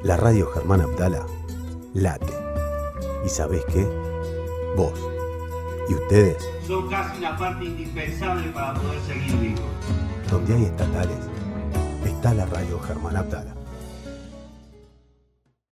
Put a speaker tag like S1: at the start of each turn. S1: La radio Germán Abdala late. ¿Y sabés qué? Vos y ustedes,
S2: son casi una parte indispensable para poder seguir vivo.
S1: donde hay estatales, está la radio Germán Abdala.